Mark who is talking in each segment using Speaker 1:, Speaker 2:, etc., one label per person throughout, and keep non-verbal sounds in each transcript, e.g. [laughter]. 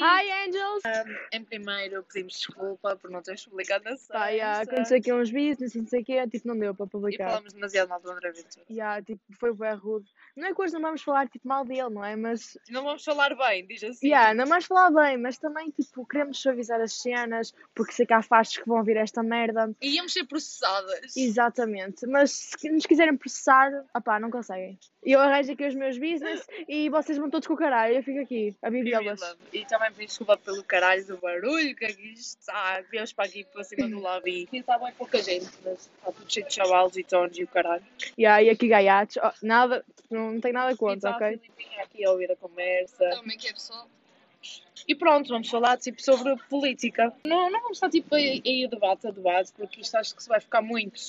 Speaker 1: Hi Angels!
Speaker 2: Em primeiro, pedimos desculpa por não teres publicado na sexta.
Speaker 1: Pá, yeah, aconteceu aqui uns business e não sei o quê, tipo, não deu para
Speaker 2: E
Speaker 1: publicar.
Speaker 2: falamos demasiado mal do André Ventura.
Speaker 1: Yeah, tipo, foi bué rude. Não é que hoje não vamos falar tipo, mal dele, não é? Mas
Speaker 2: Não vamos falar bem, diz assim.
Speaker 1: Yeah, não mais falar bem, mas também tipo, queremos suavizar as cenas, porque sei que há fachos que vão ouvir esta merda.
Speaker 2: E íamos ser processadas.
Speaker 1: Exatamente. Mas se nos quiserem processar, opá, não conseguem. Eu arranjo aqui os meus business e vocês vão todos com o caralho. Eu fico aqui, a
Speaker 2: E
Speaker 1: bibelá-las.
Speaker 2: Mila, E também pedimos desculpa pelo caralho do barulho que aqui está. Viemos para aqui para cima do lobby. E está bem pouca gente, mas está tudo cheio de chavalos e tons e o caralho.
Speaker 1: Yeah, e aqui gaiatos. Oh, nada, não, não tenho nada
Speaker 2: e
Speaker 1: contra,
Speaker 2: está a
Speaker 1: ok?
Speaker 2: tá Filipinha aqui a ouvir a conversa.
Speaker 3: Como é que é, pessoal?
Speaker 2: E pronto, vamos falar tipo, sobre política. Não, não vamos estar tipo aí aí a debate, a debate, porque isto acho que se vai ficar muito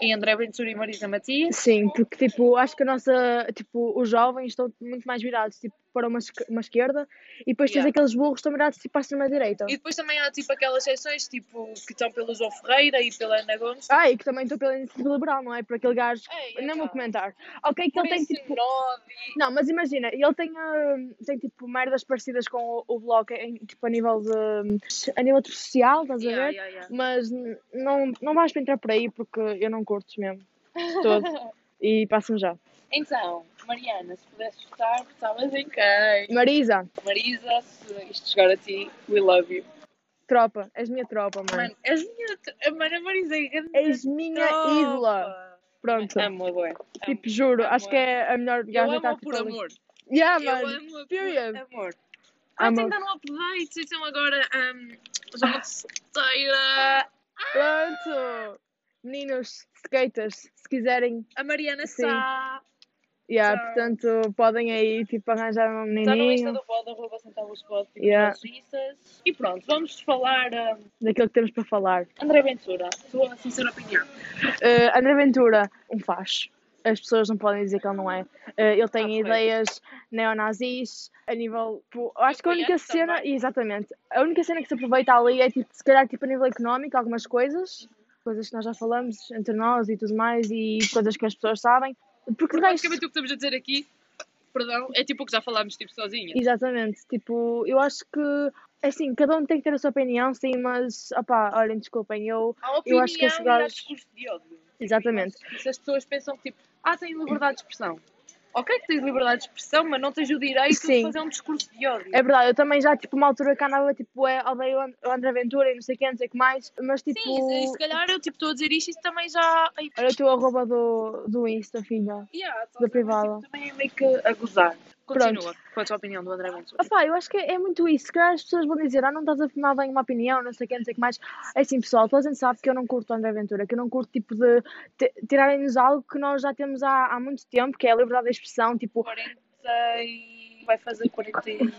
Speaker 2: em André Ventura e Marisa Matias.
Speaker 1: Sim, porque tipo, acho que a nossa, tipo, os jovens estão muito mais virados tipo, para uma, esque- uma esquerda e depois tens
Speaker 2: Yeah.
Speaker 1: aqueles burros que estão virados tipo, para a extrema-direita.
Speaker 2: E depois também há tipo aquelas seções tipo, que estão pelo João Ferreira e pela Ana Gomes.
Speaker 1: Ah, e que também estou pela iniciativa liberal, não é? Por aquele gajo.
Speaker 2: Ei,
Speaker 1: Não vou
Speaker 2: epá,
Speaker 1: comentar. Ok, que ele tem
Speaker 2: parece
Speaker 1: tipo.
Speaker 2: nove.
Speaker 1: Não, mas imagina, ele tem, hum, tem tipo merdas parecidas com o, o Bloco em, tipo, a nível de. a nível de social, estás a ver?
Speaker 2: Yeah, yeah, yeah.
Speaker 1: Mas n- não, não vais para entrar por aí porque eu não curto mesmo.
Speaker 2: [laughs]
Speaker 1: Todo. e passa-me já.
Speaker 2: Então, Mariana, se pudesses votar, votavas em quem?
Speaker 1: Marisa,
Speaker 2: Marisa, se isto chegar a ti, we love you.
Speaker 1: tropa, és minha tropa, mano.
Speaker 2: Mano, és minha. tro- Mano, a Marisa é grande.
Speaker 1: És minha
Speaker 2: tropa.
Speaker 1: ídola. Pronto.
Speaker 2: Amo, agora.
Speaker 1: tipo, juro,
Speaker 2: amo,
Speaker 1: acho que é a melhor
Speaker 2: Eu
Speaker 1: gaja que
Speaker 2: amo
Speaker 1: está
Speaker 2: por
Speaker 1: tipo, ali.
Speaker 2: amor.
Speaker 1: Yeah,
Speaker 2: Eu
Speaker 1: mano.
Speaker 2: amo
Speaker 1: period.
Speaker 2: por amor. Ah,
Speaker 1: Amo.
Speaker 2: tem que dar um update. Então agora, hum, já não solteira.
Speaker 1: Pronto. Meninos, skaters, se quiserem
Speaker 2: A Mariana
Speaker 1: Sim.
Speaker 2: está.
Speaker 1: Yeah,
Speaker 2: Tchau.
Speaker 1: portanto, podem aí tipo, arranjar um
Speaker 2: Está no Insta
Speaker 1: menininho
Speaker 2: do Pod, arroba centavos pod, tipo,
Speaker 1: Yeah.
Speaker 2: nas listas. E pronto, vamos falar. hum,
Speaker 1: daquilo que temos para falar.
Speaker 2: André Ventura, tua sincera opinião.
Speaker 1: Eh, André Ventura, um facho. As pessoas não podem dizer que ele não é. Eh, ele tem
Speaker 2: Ah, pois.
Speaker 1: ideias neonazis, a nível. pô, eu acho que a única
Speaker 2: Apoiante
Speaker 1: cena. Exatamente. A única cena que se aproveita ali é, tipo, se calhar, tipo, a nível económico, algumas coisas. Coisas que nós já falamos entre nós e tudo mais, e coisas que as pessoas sabem. Porque, de resto,
Speaker 2: Basicamente o que estamos a dizer aqui, perdão, é tipo o que já falámos tipo sozinha.
Speaker 1: Exatamente, tipo, eu acho que, assim, cada um tem que ter a sua opinião, sim, mas, opá, olhem, desculpem, eu,
Speaker 2: Há
Speaker 1: Eu
Speaker 2: opinião
Speaker 1: acho que esses
Speaker 2: e há
Speaker 1: gajos-
Speaker 2: discurso de ódio.
Speaker 1: exatamente,
Speaker 2: Se as pessoas pensam que tipo, ah, tens liberdade de expressão. Ok que tens liberdade de expressão, mas não tens o direito
Speaker 1: Sim.
Speaker 2: de fazer um discurso de ódio.
Speaker 1: é verdade, eu também já, tipo, uma altura que andava, tipo, é, odeio o And- o André Ventura e não sei o que, não sei o que mais, mas, tipo,
Speaker 2: Sim, e se calhar eu tipo, estou a dizer isto e isso também já. Ai,
Speaker 1: olha o teu arroba do, do Insta, filha.
Speaker 2: yeah, estás
Speaker 1: Da
Speaker 2: a ver, mas,
Speaker 1: privada.
Speaker 2: tipo, também é meio que a gozar. Continua com a tua opinião do André Ventura.
Speaker 1: Opá, eu acho que é, é muito isso, se calhar as pessoas vão dizer, ah, não estás a formar bem uma opinião, não sei o que, não sei o que mais, é assim, pessoal, toda a gente sabe que eu não curto o André Ventura, que eu não curto, tipo, de te- tirarem-nos algo que nós já temos há, há muito tempo, que é a liberdade de expressão, tipo,
Speaker 2: 40 e... Vai fazer 47.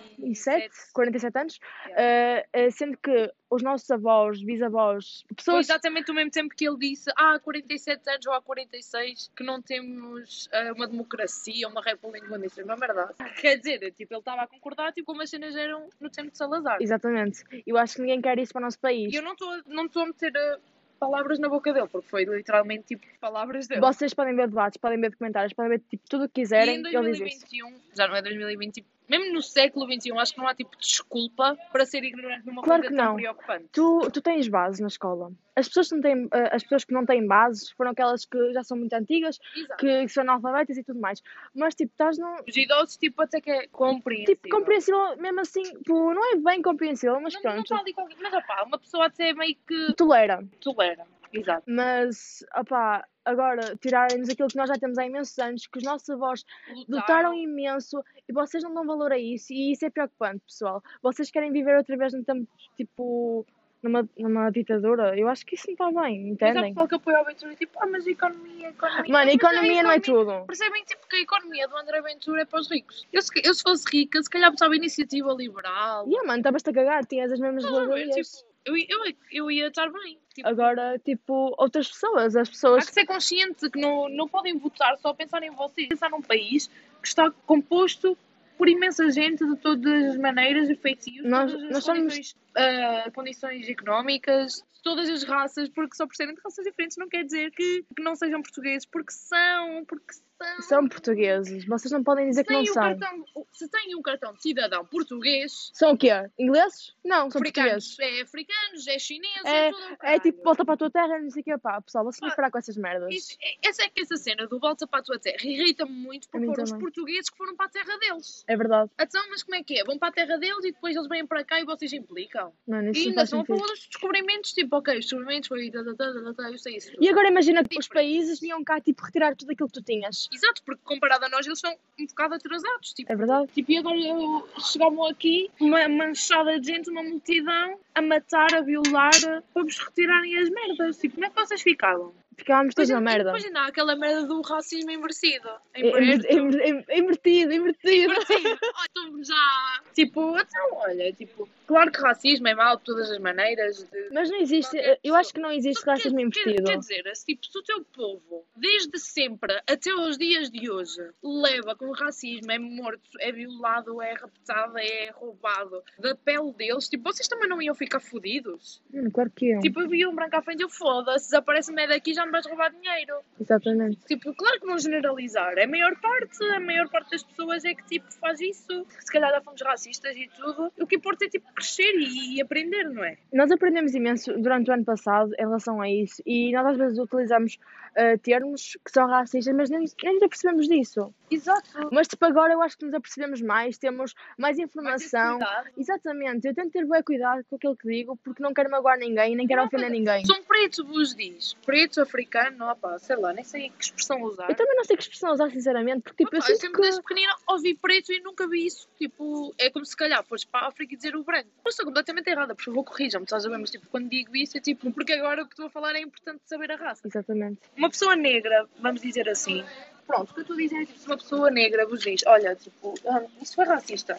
Speaker 1: 47, 47 anos, uh, uh, sendo que os nossos avós, bisavós,
Speaker 2: Foi
Speaker 1: pessoas.
Speaker 2: exatamente o mesmo tempo que ele disse ah, há 47 anos ou há 46 que não temos ah, uma democracia, uma república independente. Não é verdade? Quer dizer, tipo, ele estava a concordar tipo, como as cenas eram no tempo de Salazar.
Speaker 1: Exatamente. Eu acho que ninguém quer isso para o nosso país.
Speaker 2: E eu não estou a- não estou a meter ah, palavras na boca dele, porque foi literalmente tipo palavras dele.
Speaker 1: Vocês podem ver debates, podem ver documentários, podem ver tipo, tudo o que
Speaker 2: E
Speaker 1: quiserem.
Speaker 2: em
Speaker 1: Ele diz isso.
Speaker 2: 2021, já não é 2020, tipo, mesmo no século 21, acho que não há tipo desculpa para ser ignorante numa
Speaker 1: Claro
Speaker 2: coisa
Speaker 1: que não.
Speaker 2: tão preocupante.
Speaker 1: Tu, tu tens base na escola. As pessoas, que não têm, eh, as pessoas que não têm bases foram aquelas que já são muito antigas,
Speaker 2: Exato.
Speaker 1: que são analfabetas e tudo mais. Mas, tipo, estás num.
Speaker 2: Os idosos, tipo, até que é compreensível.
Speaker 1: Tipo, compreensível, mesmo assim, tipo, não é bem compreensível, mas
Speaker 2: Não, não
Speaker 1: pronto.
Speaker 2: está ali qualquer... Mas, opá, uma pessoa até meio que
Speaker 1: Tolera.
Speaker 2: tolera. Exato.
Speaker 1: Mas, opá, agora tirarem-nos aquilo que nós já temos há imensos anos, que os nossos avós lutaram imenso e vocês não dão valor a isso e isso é preocupante, pessoal. Vocês querem viver outra vez num tempo, tipo, numa, numa ditadura? Eu acho que isso não está bem,
Speaker 2: Mas há
Speaker 1: entendem?
Speaker 2: pessoal que apoia o Ventura e tipo, ah, mas a economia, a economia... Mas
Speaker 1: Mano,
Speaker 2: a
Speaker 1: a economia não é
Speaker 2: economia-
Speaker 1: tudo.
Speaker 2: Percebem, tipo, que a economia do André Ventura é para os ricos. Eu, se, eu, se fosse rica, se calhar botava iniciativa liberal.
Speaker 1: E yeah, mano, estavas-te a cagar, tinhas as mesmas
Speaker 2: Estás a ver?
Speaker 1: regalias.
Speaker 2: Tipo, eu, eu, eu ia estar bem. Tipo,
Speaker 1: Agora, tipo, outras pessoas, as
Speaker 2: há
Speaker 1: pessoas.
Speaker 2: que ser consciente de que não, não podem votar só a pensar em vocês. Pensar num país que está composto por imensa gente de todas as maneiras e feitios.
Speaker 1: Nós-
Speaker 2: todas as
Speaker 1: nós somos-
Speaker 2: condições ah, condições económicas, todas as raças, porque só por serem de raças diferentes não quer dizer que, que não sejam portugueses, porque são, porque são.
Speaker 1: São portugueses. Vocês não podem dizer
Speaker 2: Se
Speaker 1: que não
Speaker 2: têm o
Speaker 1: são.
Speaker 2: cartão- se têm um cartão de cidadão português,
Speaker 1: São o quê? Ingleses? Não, são
Speaker 2: africanos,
Speaker 1: portugueses.
Speaker 2: é africanos, é chinês, é,
Speaker 1: É,
Speaker 2: tudo o
Speaker 1: É
Speaker 2: caralho.
Speaker 1: tipo, volta para a tua terra, não sei o quê. Pá, pessoal, vocês vão
Speaker 2: Ah,
Speaker 1: parar com essas merdas.
Speaker 2: Isso- essa é que essa cena do volta para a tua terra irrita-me muito
Speaker 1: A
Speaker 2: porque
Speaker 1: mim
Speaker 2: foram os
Speaker 1: também.
Speaker 2: portugueses que foram para a terra deles.
Speaker 1: É verdade.
Speaker 2: Então, mas como é que é? Vão para a terra deles e depois eles vêm para cá e vocês implicam.
Speaker 1: Mano,
Speaker 2: E
Speaker 1: isso não
Speaker 2: ainda
Speaker 1: faz
Speaker 2: estão a
Speaker 1: sentido.
Speaker 2: falar dos descobrimentos, tipo, ok, os descobrimentos foi. tá, tá, tá, tá, tá, eu sei isso. tudo.
Speaker 1: E agora imagina que os
Speaker 2: Diferente.
Speaker 1: países vinham cá, tipo, retirar tudo aquilo que tu tinhas.
Speaker 2: Exato, porque comparado a nós eles estão um bocado atrasados. Tipo,
Speaker 1: É verdade?
Speaker 2: Tipo, e agora eu- chegavam aqui uma manchada de gente, uma multidão, a matar, a violar, para vos retirarem as merdas. Tipo, como é que vocês ficavam?
Speaker 1: Ficávamos todos na
Speaker 2: Imagina-
Speaker 1: é, merda. É,
Speaker 2: Imagina aquela merda do racismo invertido.
Speaker 1: Em-
Speaker 2: Invertido.
Speaker 1: em- em- em- é, Invertido, invertido.
Speaker 2: Invertido. Olha, estou já. assim, Tipo, então, olha, tipo, claro que racismo é mau de todas as maneiras. de-
Speaker 1: Mas não existe,
Speaker 2: Qualquer
Speaker 1: eu acho que não existe
Speaker 2: Só que
Speaker 1: racismo
Speaker 2: quer- quer-
Speaker 1: invertido.
Speaker 2: Quer dizer, assim, tipo, se o teu povo, desde sempre até os dias de hoje, leva com o racismo, é morto, é violado, é raptado, é roubado da pele deles, tipo, vocês também não iam ficar fodidos?
Speaker 1: Hum, Claro que eu.
Speaker 2: Tipo, havia um branco à frente, eu foda-se, desaparece-me é daqui já me vais roubar dinheiro.
Speaker 1: Exatamente.
Speaker 2: Tipo, claro que vão generalizar. A maior parte, a maior parte das pessoas é que tipo faz isso. Se calhar já fomos racistas e tudo. O que importa é tipo crescer e, e aprender, não é?
Speaker 1: Nós aprendemos imenso durante o ano passado em relação a isso e nós às vezes utilizamos ah, termos que são racistas, mas nem, nem nos apercebemos disso.
Speaker 2: Exato.
Speaker 1: Mas tipo agora eu acho que nos apercebemos mais, temos mais informação. Exatamente, eu tento ter bem cuidado com aquilo que digo porque não quero magoar ninguém, nem quero
Speaker 2: Não,
Speaker 1: ofender
Speaker 2: mas-
Speaker 1: ninguém.
Speaker 2: São um preto, vos diz. Preto, africano, opá, sei lá, nem sei que expressão usar.
Speaker 1: Eu também não sei que expressão usar sinceramente, porque tipo,
Speaker 2: Opá,
Speaker 1: eu
Speaker 2: eu
Speaker 1: sinto
Speaker 2: sempre
Speaker 1: Então, que
Speaker 2: desde pequenina ouvi preto e nunca vi isso. Tipo, é como se calhar fores para a África e dizer o branco. Eu estou completamente errada, por favor, corrijam-me, estás a ver? Mas tipo, quando digo isso, é tipo, porque agora o que estou a falar é importante saber a raça.
Speaker 1: Exatamente.
Speaker 2: Uma pessoa negra, vamos dizer assim. Pronto, o que eu estou a dizer é tipo, se uma pessoa negra vos diz, olha, tipo, ah, isso foi racista.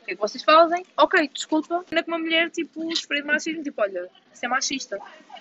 Speaker 2: O que é que vocês fazem? Ok, desculpa. Ainda que uma mulher, tipo, sofrer de machismo, tipo, olha, isso é machista.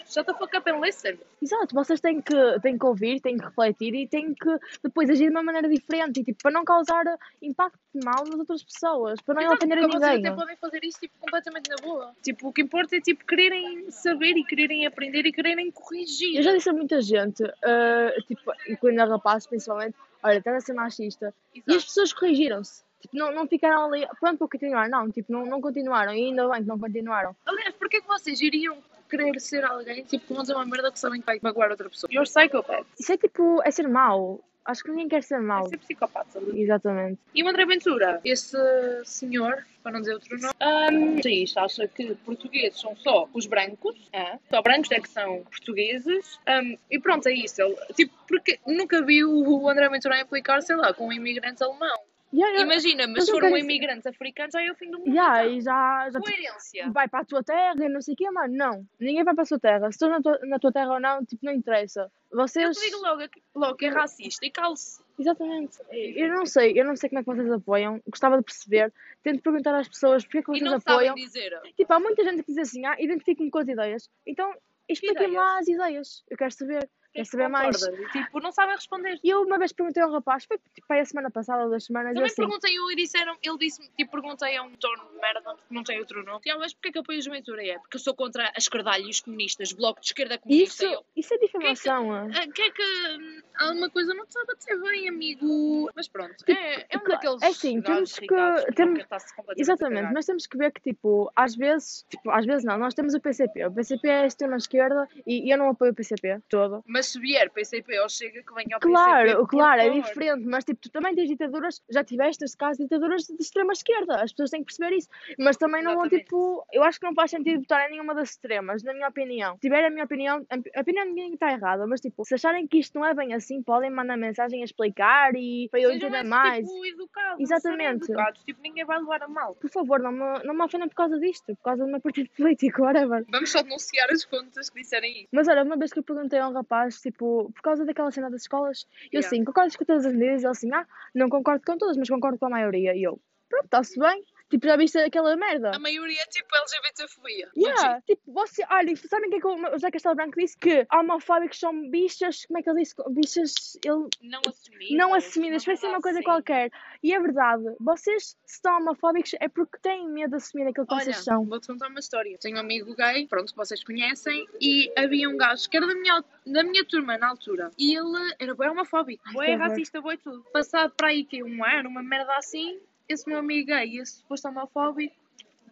Speaker 2: Já estou a up and listen.
Speaker 1: Exato, vocês têm que, têm que ouvir, têm que refletir e têm que depois agir de uma maneira diferente e tipo, para não causar impacto de mal nas outras pessoas, para não
Speaker 2: Então,
Speaker 1: ofender
Speaker 2: porque Vocês até
Speaker 1: ninguém.
Speaker 2: podem fazer isso tipo, completamente na boa. Tipo, o que importa é tipo, quererem saber e quererem aprender e quererem corrigir.
Speaker 1: Eu já disse a muita gente, ah, tipo, e quando era rapaz principalmente, olha, estás a ser machista. E as
Speaker 2: Exato.
Speaker 1: pessoas corrigiram-se. Tipo, não, não ficaram ali, pronto, vou continuar. Não, tipo, não, não continuaram. E ainda bem que não continuaram.
Speaker 2: Aliás, porquê que vocês iriam querer ser alguém tipo, que vão dizer uma merda que sabem que vai magoar outra pessoa? You're psychopath.
Speaker 1: Isso é tipo, é ser mau. Acho que ninguém quer ser mau.
Speaker 2: É ser psicopata.
Speaker 1: Exatamente.
Speaker 2: E o André Ventura, esse senhor, para não dizer outro nome, ahm, diz, acha que portugueses são só os brancos, ah, só brancos é que são portugueses, ahm, e pronto, é isso. Ele, tipo, porque nunca vi o o André Ventura a implicar, sei lá, com um imigrante alemão.
Speaker 1: E eu- eu-
Speaker 2: Imagina, mas
Speaker 1: Mas
Speaker 2: se
Speaker 1: eu
Speaker 2: for um
Speaker 1: quero-
Speaker 2: imigrante africano, já é o fim do mundo.
Speaker 1: já, e já, já
Speaker 2: Coerência.
Speaker 1: vai para a tua terra e não sei o quê, mano. Não, ninguém vai para a sua terra. Se estás na tua, na tua terra ou não, tipo, não interessa.
Speaker 2: Eu
Speaker 1: Vocês.
Speaker 2: te digo logo, que- logo que é racista e calce.
Speaker 1: Exatamente. Eu não sei, eu não sei como é que vocês apoiam. Gostava de perceber. Tento perguntar às pessoas porque é que
Speaker 2: E
Speaker 1: vocês
Speaker 2: não
Speaker 1: apoiam.
Speaker 2: sabem dizer.
Speaker 1: Tipo, há muita gente que diz assim, ah, identifico-me com as ideias. Então, expliquem-me
Speaker 2: ideias?
Speaker 1: lá as ideias. Eu quero saber.
Speaker 2: Quem
Speaker 1: Quero saber mais.
Speaker 2: concorda? E, Tipo, não sabem responder.
Speaker 1: E eu uma vez perguntei ao rapaz, foi tipo, aí a semana passada ou duas semanas, eu
Speaker 2: Também
Speaker 1: assim,
Speaker 2: perguntei eu e disseram, ele disse-me, tipo, perguntei a um torno de merda, não tem outro nome. Tiago, mas porquê que eu apoio a juventude? E É, porque eu sou contra a esquerdalha e os comunistas, bloco de esquerda comunista.
Speaker 1: isso,
Speaker 2: Eu,
Speaker 1: isso é difamação. ah.
Speaker 2: "Ah, que é que hum, alguma coisa não está a bater bem, amigo? Mas pronto,
Speaker 1: Tipo,
Speaker 2: é, é um
Speaker 1: claro,
Speaker 2: daqueles.
Speaker 1: é assim,
Speaker 2: gajos
Speaker 1: temos que-
Speaker 2: irritados não
Speaker 1: temos-
Speaker 2: quer estar-se completamente a
Speaker 1: Exatamente,
Speaker 2: cagar.
Speaker 1: mas temos que ver que, tipo, às vezes, tipo, às vezes não, nós temos o PCP. O PCP é extrema-esquerda e e eu não apoio o PCP todo.
Speaker 2: Mas se vier PCP ou chega é que venha ao PCP.
Speaker 1: Claro,
Speaker 2: por
Speaker 1: claro, é
Speaker 2: favor.
Speaker 1: diferente, mas tipo, tu também tens ditaduras, já tiveste neste caso ditaduras de extrema esquerda, as pessoas têm que perceber isso, mas também não vão
Speaker 2: Exatamente.
Speaker 1: tipo, eu acho que não faz sentido votar em nenhuma das extremas, na minha opinião. Se tiver a minha opinião, a a opinião de ninguém está errada, mas tipo, se acharem que isto não é bem assim, podem mandar mensagem a explicar e para eu
Speaker 2: Sejam
Speaker 1: entender
Speaker 2: esses,
Speaker 1: mais.
Speaker 2: Tipo, educados,
Speaker 1: Exatamente.
Speaker 2: serem Educados. Tipo, ninguém vai levar a mal.
Speaker 1: Por favor, não me, não me ofendam por causa disto, por causa do meu partido [laughs] político, whatever.
Speaker 2: Vamos só denunciar as contas que disserem isso.
Speaker 1: Mas olha, uma vez que eu perguntei a um rapaz, tipo, por causa daquela cena das escolas, eu
Speaker 2: Yeah.
Speaker 1: assim, concordas com todas as medidas? Ele assim, ah, não concordo com todas, mas concordo com a maioria. E eu, pronto, está-se bem. Tipo, já viste aquela merda?
Speaker 2: A maioria é tipo LGBTfobia.
Speaker 1: Yeah. Tipo, você, olha, e sabem o que é que o o José Castelo Branco disse? Que homofóbicos são bichas, como é que ele disse? Bichas, ele
Speaker 2: Não né? assumidas.
Speaker 1: não assumidas, parece ser uma coisa
Speaker 2: assim.
Speaker 1: qualquer. E é verdade, vocês se estão homofóbicos é porque têm medo de assumir aquilo que
Speaker 2: Olha,
Speaker 1: vocês são.
Speaker 2: vou-te contar uma história. Tenho um amigo gay, pronto, que vocês conhecem, e havia um gajo que era da minha, al- da minha turma na altura. E ele era bem homofóbico,
Speaker 1: que
Speaker 2: bem
Speaker 1: horror.
Speaker 2: racista, bem tudo. Passado para aí que um ano, uma merda assim, esse meu amigo gay e esse suposto homofóbico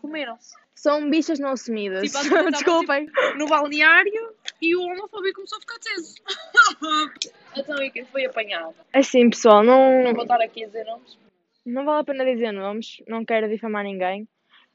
Speaker 2: comeram-se.
Speaker 1: São bichas não assumidas.
Speaker 2: Tipo,
Speaker 1: [laughs]
Speaker 2: às vezes eu tava,
Speaker 1: Desculpem.
Speaker 2: No balneário, e o homofóbico começou a ficar teso. [laughs] então, e quem foi apanhado?
Speaker 1: Assim, pessoal, não,
Speaker 2: Não vou estar aqui a dizer nomes.
Speaker 1: não vale a pena dizer nomes, não quero difamar ninguém,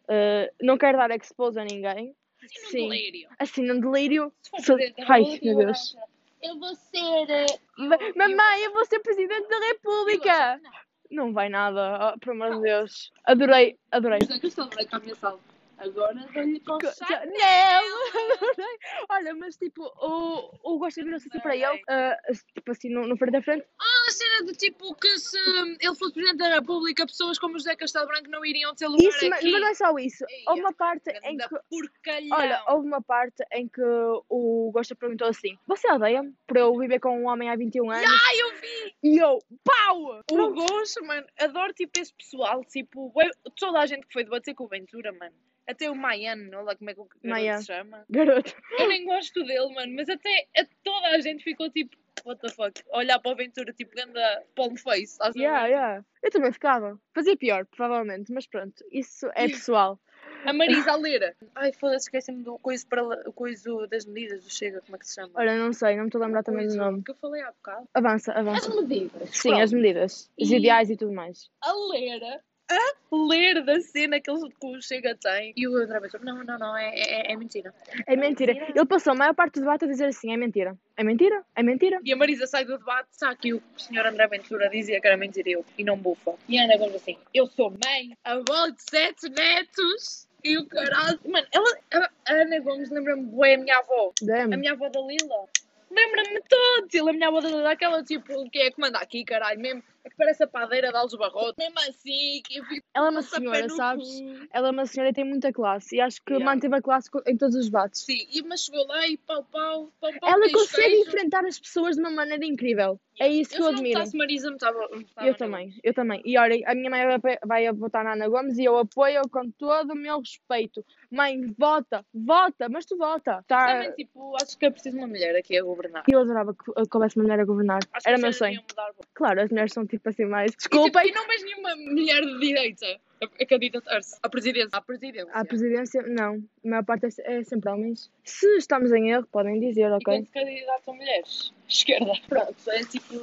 Speaker 1: eh, não quero dar expose a ninguém.
Speaker 2: E no
Speaker 1: Sim.
Speaker 2: delírio.
Speaker 1: Assim, num delírio.
Speaker 2: Se for
Speaker 1: Sou-
Speaker 2: presidente da
Speaker 1: Ai,
Speaker 2: República,
Speaker 1: meu
Speaker 2: eu vou
Speaker 1: Deus.
Speaker 2: dar- Eu vou ser. eh, eu-
Speaker 1: Mamãe, eu vou ser presidente da
Speaker 2: eu-
Speaker 1: República!
Speaker 2: Não.
Speaker 1: Não vai nada, oh, por amor de
Speaker 2: Não.
Speaker 1: Deus. Adorei, adorei.
Speaker 2: Mas é que eu estou branco à minha sala. Agora dou-lhe com
Speaker 1: Co-
Speaker 2: chá.
Speaker 1: Não! adorei. [laughs] Olha, mas tipo, o, o gosto de não sei se para ele,
Speaker 2: Adorei.
Speaker 1: ah, tipo assim, no, no frente a frente,
Speaker 2: A cena do tipo que se ele fosse Presidente da República, pessoas como José Castelo Branco não iriam ter lugar
Speaker 1: Isso, mas,
Speaker 2: aqui.
Speaker 1: mas não é só isso.
Speaker 2: Ei,
Speaker 1: Houve uma parte em
Speaker 2: Grande
Speaker 1: que.
Speaker 2: porcalhão.
Speaker 1: Olha, houve uma parte em que o Gosta perguntou assim: Você odeia-me por eu viver com um homem há 21 anos?
Speaker 2: Ai, eu vi!
Speaker 1: E eu, pau!
Speaker 2: O gosto, mano. Adoro, tipo, esse pessoal. Tipo, eu- toda a gente que foi debater com o Ventura, mano. Até o Maiano, olha lá como é que o garoto
Speaker 1: Maia.
Speaker 2: se chama.
Speaker 1: Garoto,
Speaker 2: Eu nem gosto dele, mano. Mas até a- toda a gente ficou tipo, what the fuck. a Olhar para o Ventura, tipo, ganda palm face. estás a ver?
Speaker 1: yeah, yeah. Eu também ficava. Fazia pior, provavelmente, mas pronto, isso é pessoal.
Speaker 2: A Marisa Alera. Ai, foda-se, esqueci-me do coiso, para, la- o coiso das medidas do Chega, como é que se chama?
Speaker 1: Olha, não sei, não me estou a lembrar também do
Speaker 2: Coiso
Speaker 1: nome.
Speaker 2: Que eu falei há bocado.
Speaker 1: Avança, avança.
Speaker 2: medidas.
Speaker 1: Sim, as medidas, os
Speaker 2: E-
Speaker 1: ideais e tudo mais.
Speaker 2: A Lera. A ler da cena que, eles, que o Chega tem. E o outra vez, não, não, não, é, é, é mentira.
Speaker 1: É mentira. Ele passou a maior parte do debate a dizer assim: é mentira, é mentira, é mentira.
Speaker 2: E a Marisa sai do debate, sabe que o senhor André Ventura dizia que era mentira eu, e não bufa. E a Ana Gomes assim, eu sou mãe, avó de sete netos, e o caralho... Mano, ela, a, a Ana Gomes lembra-me bué a minha avó. A
Speaker 1: Damn.
Speaker 2: minha avó da Lila. Lembra-me todos. Ele, a minha avó da Lila, aquela tipo, que é que manda aqui, caralho, mesmo. É que parece a padeira de Alves Barrote. Mesmo assim, que eu fico
Speaker 1: Ela é uma
Speaker 2: com o
Speaker 1: senhora,
Speaker 2: tapé no
Speaker 1: sabes?
Speaker 2: cu.
Speaker 1: Ela é uma senhora e tem muita classe. E acho que
Speaker 2: Yeah.
Speaker 1: manteve a classe co- em todos os debates.
Speaker 2: Sim, assim, e, mas chegou lá e pau, pau, pau, pau.
Speaker 1: Ela
Speaker 2: queijo,
Speaker 1: consegue
Speaker 2: queijo.
Speaker 1: enfrentar as pessoas de uma maneira incrível. É isso que eu,
Speaker 2: se não
Speaker 1: admiro.
Speaker 2: votasse um Marisa, me estava. me estava
Speaker 1: Eu
Speaker 2: na
Speaker 1: também, eu também. E olha, a minha mãe vai- vai votar na Ana Gomes e eu apoio com todo o meu respeito. Mãe, vota, vota, mas tu vota.
Speaker 2: boa.
Speaker 1: Tá...
Speaker 2: Também, tipo, acho que é preciso uma mulher aqui a governar.
Speaker 1: Eu adorava que eh, que houvesse uma mulher a governar.
Speaker 2: Acho que
Speaker 1: Era
Speaker 2: as
Speaker 1: meu
Speaker 2: mulheres
Speaker 1: sonho.
Speaker 2: deviam mudar, bom.
Speaker 1: Claro, as mulheres são tipo assim mais.
Speaker 2: E, tipo,
Speaker 1: Desculpem.
Speaker 2: E não vejo nenhuma mulher de direita a a candidatar-se à presidência. À presidência.
Speaker 1: À Ah, presidência, não. A maior parte é se- é sempre homens. Se estamos em erro, podem dizer,
Speaker 2: E quando
Speaker 1: ok?
Speaker 2: se candidatam mulheres? Esquerda. Pronto, é tipo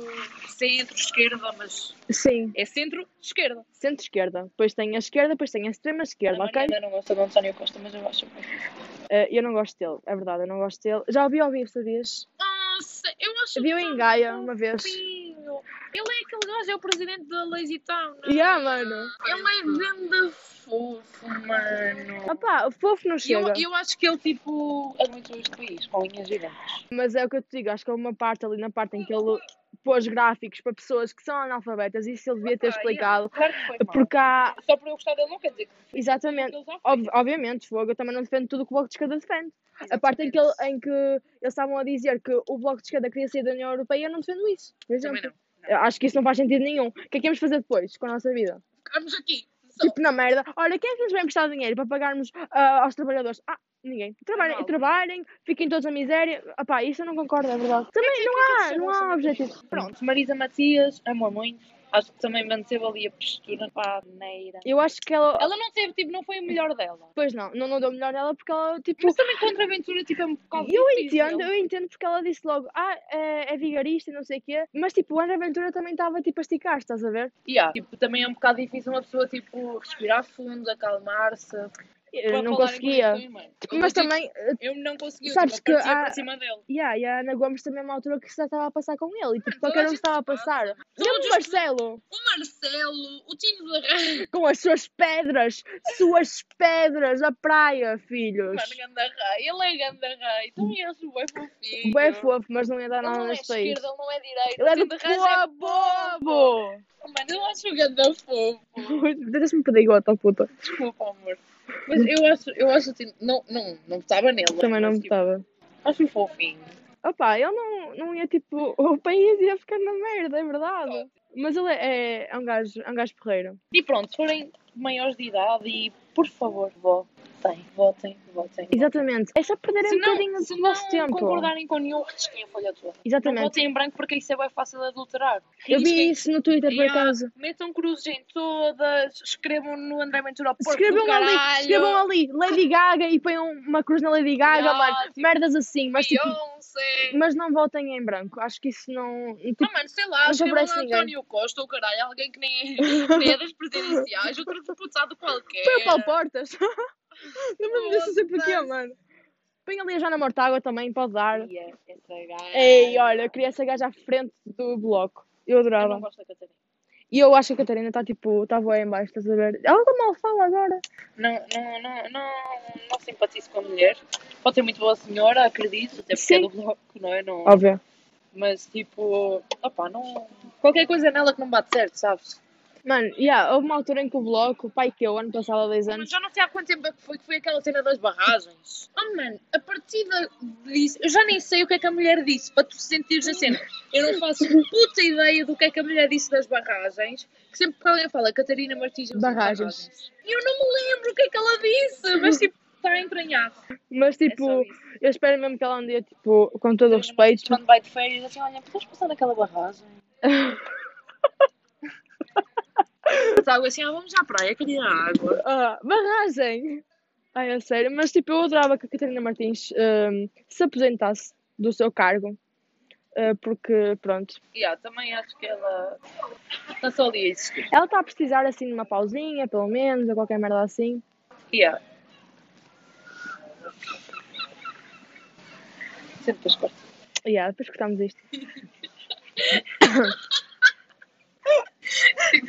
Speaker 2: centro-esquerda, mas
Speaker 1: Sim,
Speaker 2: é centro-esquerda.
Speaker 1: centro-esquerda. Depois tem a esquerda, depois tem a extrema-esquerda,
Speaker 2: A
Speaker 1: ok?
Speaker 2: Mariana não gosta de António Costa, mas eu gosto muito.
Speaker 1: Eh, eu não gosto dele, é verdade, eu não gosto dele. Já ouvi ao vivo, sabias?
Speaker 2: Nossa, eu acho
Speaker 1: Viu em Gaia uma vez.
Speaker 2: fofinho. Ele é aquele gajo, é o presidente da Lazy Town. não?
Speaker 1: Yeah, mano.
Speaker 2: Ele é grande fofo, mano.
Speaker 1: Opá, o fofo não
Speaker 2: E Eu,
Speaker 1: chega.
Speaker 2: eu acho que ele, tipo, é muito este país, com linhas gigantes.
Speaker 1: Mas é o que eu te digo, acho que há uma parte ali na parte em que ele pôs gráficos para pessoas que são analfabetas, isso ele devia ter
Speaker 2: Opá,
Speaker 1: explicado.
Speaker 2: Claro que foi mal.
Speaker 1: É Porque há,
Speaker 2: Só por eu gostar dele não quer dizer que
Speaker 1: exatamente,
Speaker 2: ele já foi.
Speaker 1: ob- obviamente, fogo, eu também não defendo tudo o que o Bloco de Esquerda defende. A parte em que, ele- é em que eles estavam a dizer que o Bloco de Esquerda queria sair da União Europeia, eu não defendo isso. Por
Speaker 2: Também
Speaker 1: exemplo,
Speaker 2: não.
Speaker 1: Eu acho que isso não faz sentido nenhum. O que é que íamos fazer depois com a nossa vida?
Speaker 2: Ficamos aqui. Só-
Speaker 1: Tipo, na merda. Olha, quem é que nos vai emprestar dinheiro para pagarmos ah, aos trabalhadores? Ah, ninguém. Trabalhem,
Speaker 2: Não.
Speaker 1: trabalhem, fiquem todos na miséria. Apá, isso eu não concordo, é verdade. Também não há, não há objetivo. Pronto.
Speaker 2: Pronto, Marisa Matias, amo muito. Acho que também manteve ali a postura para a maneira.
Speaker 1: Eu acho que ela...
Speaker 2: Ela não teve, tipo, não foi o melhor dela.
Speaker 1: Pois não, não, não deu melhor nela porque ela, tipo...
Speaker 2: Mas também contra a Ventura, tipo, é um bocado
Speaker 1: Eu
Speaker 2: difícil.
Speaker 1: entendo, eu entendo porque ela disse logo, ah, é, é vigarista e não sei o quê, mas tipo, o André Ventura também estava tipo a esticar, estás a ver?
Speaker 2: Yeah, tipo, também é um bocado difícil uma pessoa, tipo, respirar fundo, acalmar-se.
Speaker 1: Eu
Speaker 2: para
Speaker 1: não
Speaker 2: falar em
Speaker 1: conseguia.
Speaker 2: 41 e meio. Eu
Speaker 1: Mas
Speaker 2: vou dizer
Speaker 1: também, tipo, eh,
Speaker 2: que Eu não conseguia.
Speaker 1: Sabes
Speaker 2: Sabes
Speaker 1: que
Speaker 2: que.
Speaker 1: há-
Speaker 2: por cima dele.
Speaker 1: yeah, e a Ana Gomes também é uma altura que se estava a passar com ele. E tipo,
Speaker 2: toda a
Speaker 1: qualquer um
Speaker 2: gente
Speaker 1: estava a passar. Mesmo o Marcelo,
Speaker 2: O Marcelo, o Tino da Rana.
Speaker 1: com as suas pedras, suas pedras, a praia, filhos.
Speaker 2: [laughs] Mano, ganda rei. Ele é ganda rei. Então eles o é fofinho.
Speaker 1: Bué fofo, mas não ia dar
Speaker 2: Ele
Speaker 1: nada
Speaker 2: não é
Speaker 1: neste país.
Speaker 2: esquerda, ele não é direita.
Speaker 1: Ele é
Speaker 2: o
Speaker 1: do
Speaker 2: Tino da Rana é bobo.
Speaker 1: [laughs] Bobo!
Speaker 2: Mano, eu acho o ganda fofo.
Speaker 1: Deixa-me perder igual a puta.
Speaker 2: Desculpa, amor. Mas eu acho, eu acho assim, não, não, não votava nele.
Speaker 1: Também não
Speaker 2: Mas, tipo,
Speaker 1: gostava.
Speaker 2: Acho fofinho.
Speaker 1: Opa, eu não, não ia tipo. [laughs] O país ia ficar na merda, é verdade. Mas ele é, é um gajo, é um gajo porreiro.
Speaker 2: E pronto, se forem maiores de idade e, por favor, votem, votem, votem.
Speaker 1: Exatamente. É só perderem
Speaker 2: Se
Speaker 1: um
Speaker 2: não,
Speaker 1: bocadinho
Speaker 2: se
Speaker 1: do vosso
Speaker 2: não
Speaker 1: tempo.
Speaker 2: concordarem com nenhum, risquem a folha toda. Não
Speaker 1: Exatamente.
Speaker 2: votem em branco porque isso é bem fácil de adulterar.
Speaker 1: Eu vi
Speaker 2: Risquem.
Speaker 1: isso no Twitter É, por
Speaker 2: Ya,
Speaker 1: acaso.
Speaker 2: Metam cruzes em todas, escrevam no André Ventura, porco
Speaker 1: Escrevam
Speaker 2: do
Speaker 1: ali,
Speaker 2: caralho.
Speaker 1: escrevam ali Lady Gaga e põem uma cruz na Lady Gaga,
Speaker 2: Ya,
Speaker 1: mano.
Speaker 2: tipo,
Speaker 1: Merdas assim, mas tipo.
Speaker 2: Beyoncé.
Speaker 1: Mas não votem em branco. Acho que isso não. tipo,
Speaker 2: Ah, mano, sei lá,
Speaker 1: Mas não
Speaker 2: escrevam lá
Speaker 1: parece ninguém.
Speaker 2: António Costa ou caralho, alguém que nem é, nem é das presidenciais, outro deputado qualquer.
Speaker 1: Põe o Paulo Portas. [laughs] Eu mesmo disse sempre porquê,
Speaker 2: Nossa.
Speaker 1: mano. Põe ali a Jana Mortágua também, pode dar.
Speaker 2: Ia, essa gaja.
Speaker 1: Ei, olha, eu queria essa gaja à frente do bloco. Eu
Speaker 2: Eu
Speaker 1: adorava.
Speaker 2: não gosto da Catarina.
Speaker 1: E eu acho que a Catarina está tipo, está boa em baixo, estás a ver? Ela tá mal fala agora.
Speaker 2: Não, não, não, não, não simpatizo com a mulher. Pode ser muito boa senhora, acredito, até porque é
Speaker 1: Sim.
Speaker 2: do bloco, não é? Não,
Speaker 1: Óbvio.
Speaker 2: Mas tipo, opá, não. Qualquer coisa nela que não bate certo, sabes?
Speaker 1: Mano, yeah, houve uma altura em que o bloco, o pai que eu, ano passado, há 10
Speaker 2: Mas
Speaker 1: anos,
Speaker 2: já não sei há quanto tempo é que foi que foi aquela cena das barragens. Oh, mano, a partir da- disso, eu já nem sei o que é que a mulher disse para tu sentires a cena. Eu não [laughs] faço puta ideia do que é que a mulher disse das barragens. Que sempre que alguém fala Catarina Martins, eu sei é
Speaker 1: Barragens.
Speaker 2: E eu não me lembro o que é que ela disse, mas tipo, está entranhado.
Speaker 1: mas
Speaker 2: é
Speaker 1: tipo,
Speaker 2: só isso.
Speaker 1: eu espero mesmo que ela um dia, tipo, com todo o respeito.
Speaker 2: Quando vai de férias, assim, olha, podes passar naquela [laughs] barragem? água assim, ah, vamos à praia, queria água.
Speaker 1: Ah, barragem! Ai, é sério, mas tipo, eu adorava que a Catarina Martins hum, se aposentasse do seu cargo. Ah, porque, pronto,
Speaker 2: E ah, também acho que ela está só ali a existir.
Speaker 1: ela está a precisar assim de uma pausinha, pelo menos, ou qualquer merda assim.
Speaker 2: E ah. Sempre as partes.
Speaker 1: Yeah, depois cortamos isto.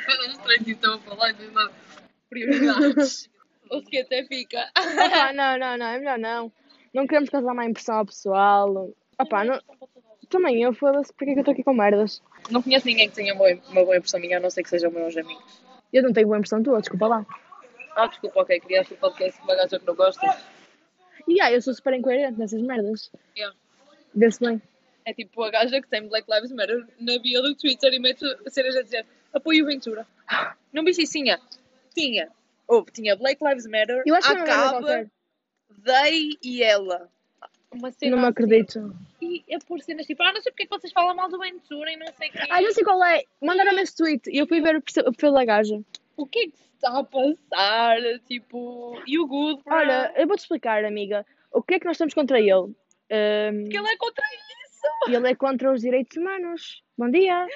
Speaker 2: Quando os três estão a falar, não nada. [laughs] Prioridades. Ou se que até fica.
Speaker 1: Opa, não, não, não, é melhor não. Não queremos causar má impressão ao pessoal. Opa, não... também eu foda-se, porque é que eu estou aqui com merdas?
Speaker 2: Não conheço ninguém que tenha uma boa, uma boa impressão minha, a não ser que sejam meus amigos.
Speaker 1: Eu não tenho boa impressão tua, desculpa lá.
Speaker 2: Ah, desculpa, ok, criaste um podcast com uma gaja que não gosta.
Speaker 1: E aí, eu sou super incoerente nessas merdas.
Speaker 2: Yeah.
Speaker 1: Vê-se bem.
Speaker 2: É tipo a gaja que tem Black Lives Matter na bio do Twitter e mete cenas a dizer apoio Ventura. Não bicicinha. Tinha. Houve, tinha Black Lives Matter,
Speaker 1: Eu acho que não é uma merda
Speaker 2: acaba,
Speaker 1: qualquer.
Speaker 2: dei e ela. Uma cena
Speaker 1: Não me
Speaker 2: assim.
Speaker 1: acredito.
Speaker 2: E a pôr cenas tipo, ah, não sei porque é que vocês falam mal do Ventura e não sei o quê.
Speaker 1: Ai, não sei qual é. Mandaram-me esse tweet e eu fui ver o perfil- o perfil da gaja.
Speaker 2: O que é que se está a passar? Tipo, e o Good? bro?
Speaker 1: Ora, eu vou-te explicar, amiga, o que é que nós temos contra ele. Ahm,
Speaker 2: Porque ele é contra isso.
Speaker 1: ele é contra os direitos humanos. Bom dia.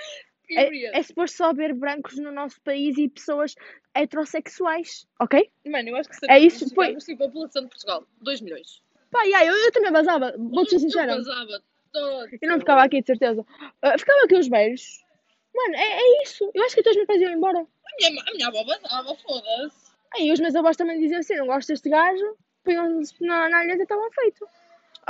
Speaker 2: Period.
Speaker 1: É, é suposto só haver brancos no nosso país e pessoas heterossexuais, ok?
Speaker 2: Mano, eu acho que se
Speaker 1: É isso,
Speaker 2: chegarmos,
Speaker 1: pois.
Speaker 2: tipo, a população de Portugal, 2 milhões.
Speaker 1: Pá, yeah, eu, eu também vazava, vou-te ser sincera.
Speaker 2: Eu vazava todo.
Speaker 1: Eu não ficava aqui, de certeza. Ah, ficava aqui os velhos. Mano, é, é isso. Eu acho que até os meus pais iam embora.
Speaker 2: A minha, ma- a minha avó vazava, foda-se.
Speaker 1: Aí os meus avós também diziam assim, não gosto deste gajo. Põem-se na, na alheia e estavam feito.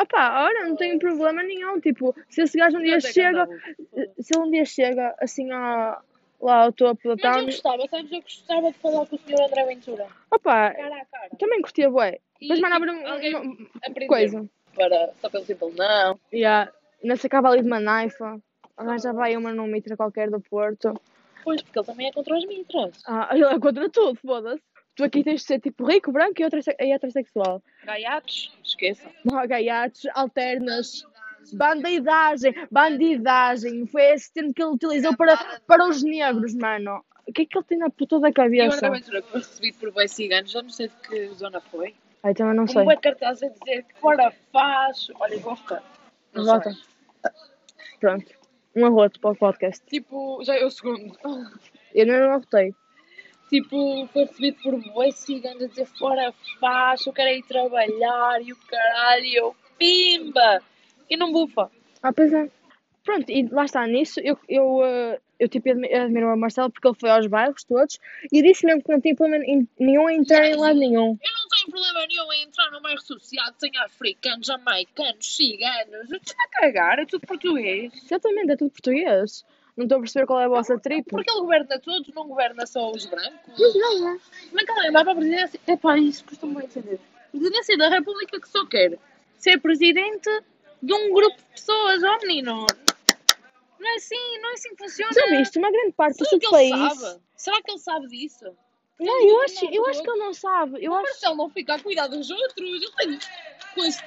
Speaker 1: Opa, ora, não tenho problema nenhum. Tipo, se esse gajo um dia
Speaker 2: Mas é que
Speaker 1: chega...
Speaker 2: andava, foda-se.
Speaker 1: Se ele um dia chega, assim, a, lá ao topo da
Speaker 2: Mas eu
Speaker 1: tarde...
Speaker 2: gostava, sabes? Eu gostava de falar com o senhor André Ventura.
Speaker 1: Opa,
Speaker 2: Cara a cara.
Speaker 1: também curtia, bué.
Speaker 2: E,
Speaker 1: Depois mandava
Speaker 2: tipo, alguém
Speaker 1: uma, uma
Speaker 2: aprender
Speaker 1: coisa.
Speaker 2: Para, só pelo simples não.
Speaker 1: Yeah. Não se acaba ali de uma naifa. Arranjava aí uma num mitra qualquer do Porto.
Speaker 2: Pois, porque ele também é contra os mitras.
Speaker 1: Ah, ele é contra tudo, foda-se. Tu aqui tens de ser tipo rico, branco e heterosse- e heterossexual.
Speaker 2: Gaiatos, esqueçam.
Speaker 1: Ah, Gaiatos, alternas. Bandidagem, bandidagem. Foi esse termo que ele utilizou para, para os negros, mano. O que é que ele tem na puta da
Speaker 2: E o André
Speaker 1: cabeça?
Speaker 2: Ventura, que foi recebido por bem ciganos, já não sei de que zona foi.
Speaker 1: Ai, também não sei.
Speaker 2: Um bué de cartaz a dizer que ora faz. Olha, eu vou ficar. Não
Speaker 1: Volta.
Speaker 2: sei.
Speaker 1: Pronto. Um arroto para o podcast.
Speaker 2: Tipo, já é o segundo.
Speaker 1: Eu não, não votei.
Speaker 2: Tipo, foi recebido por boi ciganos a dizer fora faixa, eu quero ir trabalhar e o caralho, e eu pimba! E não bufa.
Speaker 1: Ah, pois é. Pronto, e lá está, nisso eu, eu, eh, eu tipo, admi- admiro o Marcelo porque ele foi aos bairros todos e disse mesmo que não tinha problema em- nenhum a entrar em lado nenhum.
Speaker 2: Eu não tenho problema nenhum em entrar num bairro associado, tem africanos, jamaicanos, ciganos, eu estou a cagar, é tudo português.
Speaker 1: Exatamente, é tudo português. Não estou a perceber qual é a vossa tripa.
Speaker 2: Porque ele governa todos, não governa só os brancos.
Speaker 1: Mas não, é?
Speaker 2: Como é que alguém vai para a presidência? Epá, isso custa-me a entender. Presidência da República que só quer ser presidente de um grupo de pessoas, ó menino. Não é assim, não é assim que funciona.
Speaker 1: Já viste, uma grande parte do
Speaker 2: Será
Speaker 1: sul
Speaker 2: que
Speaker 1: do
Speaker 2: ele
Speaker 1: país.
Speaker 2: sabe? Será que ele sabe disso?
Speaker 1: Não, eu acho,
Speaker 2: Não,
Speaker 1: eu
Speaker 2: não.
Speaker 1: acho que ele não sabe. Eu
Speaker 2: O
Speaker 1: acho
Speaker 2: Marcelo não fica a cuidar dos outros. Ele tem coisa.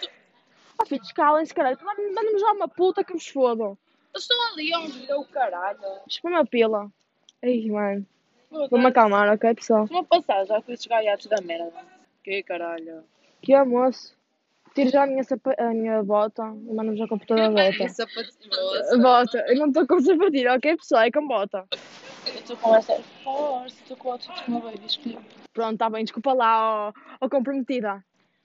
Speaker 1: que filhos, calem-se, caralho. Mandem-me já uma puta que vos fodam.
Speaker 2: Eles estão ali a ouvir o caralho.
Speaker 1: Espuma a pila. Ai, mano. Vou-me
Speaker 2: Uma
Speaker 1: acalmar, ok, pessoal?
Speaker 2: Uma passagem já com esses gaiatos da merda. Que caralho.
Speaker 1: Que almoço. Tiro já a minha, sapa- a minha bota e mando-me já com a puta da bota.
Speaker 2: Essa pat-
Speaker 1: Bota, eu não estou com sapatilha, ok, pessoal? É com bota.
Speaker 2: Eu estou com essa força, estou com o outro tipo de uma baby. escolhi.
Speaker 1: Pronto, está bem, desculpa lá, ó, ó comprometida.